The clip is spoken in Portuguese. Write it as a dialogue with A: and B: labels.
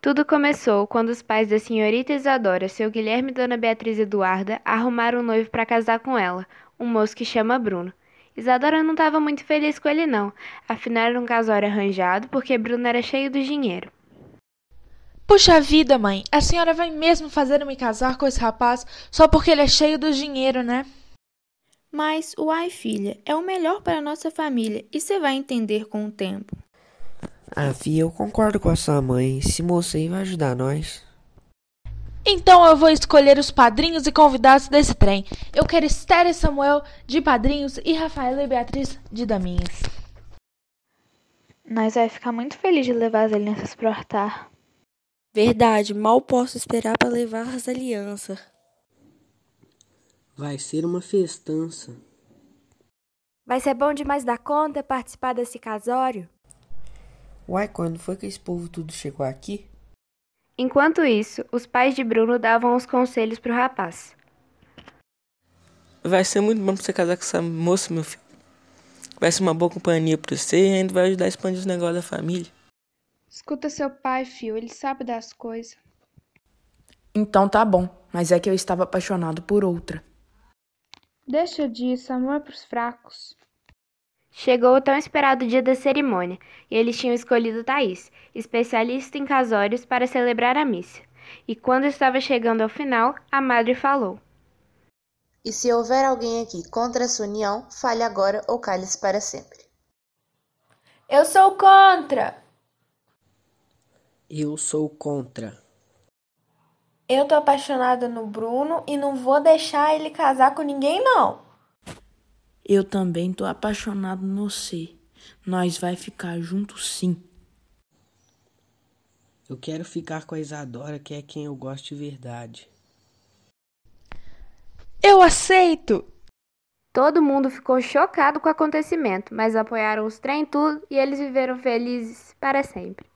A: Tudo começou quando os pais da senhorita Isadora, seu Guilherme e dona Beatriz Eduarda, arrumaram um noivo para casar com ela, um moço que chama Bruno. Isadora não estava muito feliz com ele não, afinal era um casório arranjado porque Bruno era cheio do dinheiro.
B: Puxa vida, mãe, a senhora vai mesmo fazer eu me casar com esse rapaz só porque ele é cheio do dinheiro, né?
C: Mas o ai, filha, é o melhor para nossa família e você vai entender com o tempo.
D: Ah, filha, eu concordo com a sua mãe. Esse moço aí vai ajudar nós.
B: Então eu vou escolher os padrinhos e convidados desse trem. Eu quero Esther e Samuel de padrinhos e Rafaela e Beatriz de daminhas.
E: Nós vai ficar muito feliz de levar as alianças pro altar.
F: Verdade, mal posso esperar para levar as alianças.
G: Vai ser uma festança.
H: Vai ser é bom demais da conta participar desse casório.
D: Uai, quando foi que esse povo tudo chegou aqui?
A: Enquanto isso, os pais de Bruno davam os conselhos pro rapaz.
I: Vai ser muito bom pra você casar com essa moça, meu filho. Vai ser uma boa companhia pra você e ainda vai ajudar a expandir os negócios da família.
E: Escuta seu pai, filho, ele sabe das coisas.
J: Então tá bom, mas é que eu estava apaixonado por outra.
E: Deixa disso, amor é pros fracos.
A: Chegou o tão esperado dia da cerimônia, e eles tinham escolhido Thaís, especialista em casórios, para celebrar a missa. E quando estava chegando ao final, a madre falou:
K: E se houver alguém aqui contra essa união, fale agora ou cale-se para sempre.
L: Eu sou contra!
G: Eu sou contra.
L: Eu tô apaixonada no Bruno e não vou deixar ele casar com ninguém, não.
M: Eu também tô apaixonado no você. Nós vai ficar juntos sim.
G: Eu quero ficar com a Isadora, que é quem eu gosto de verdade.
B: Eu aceito!
A: Todo mundo ficou chocado com o acontecimento, mas apoiaram os trem tudo e eles viveram felizes para sempre.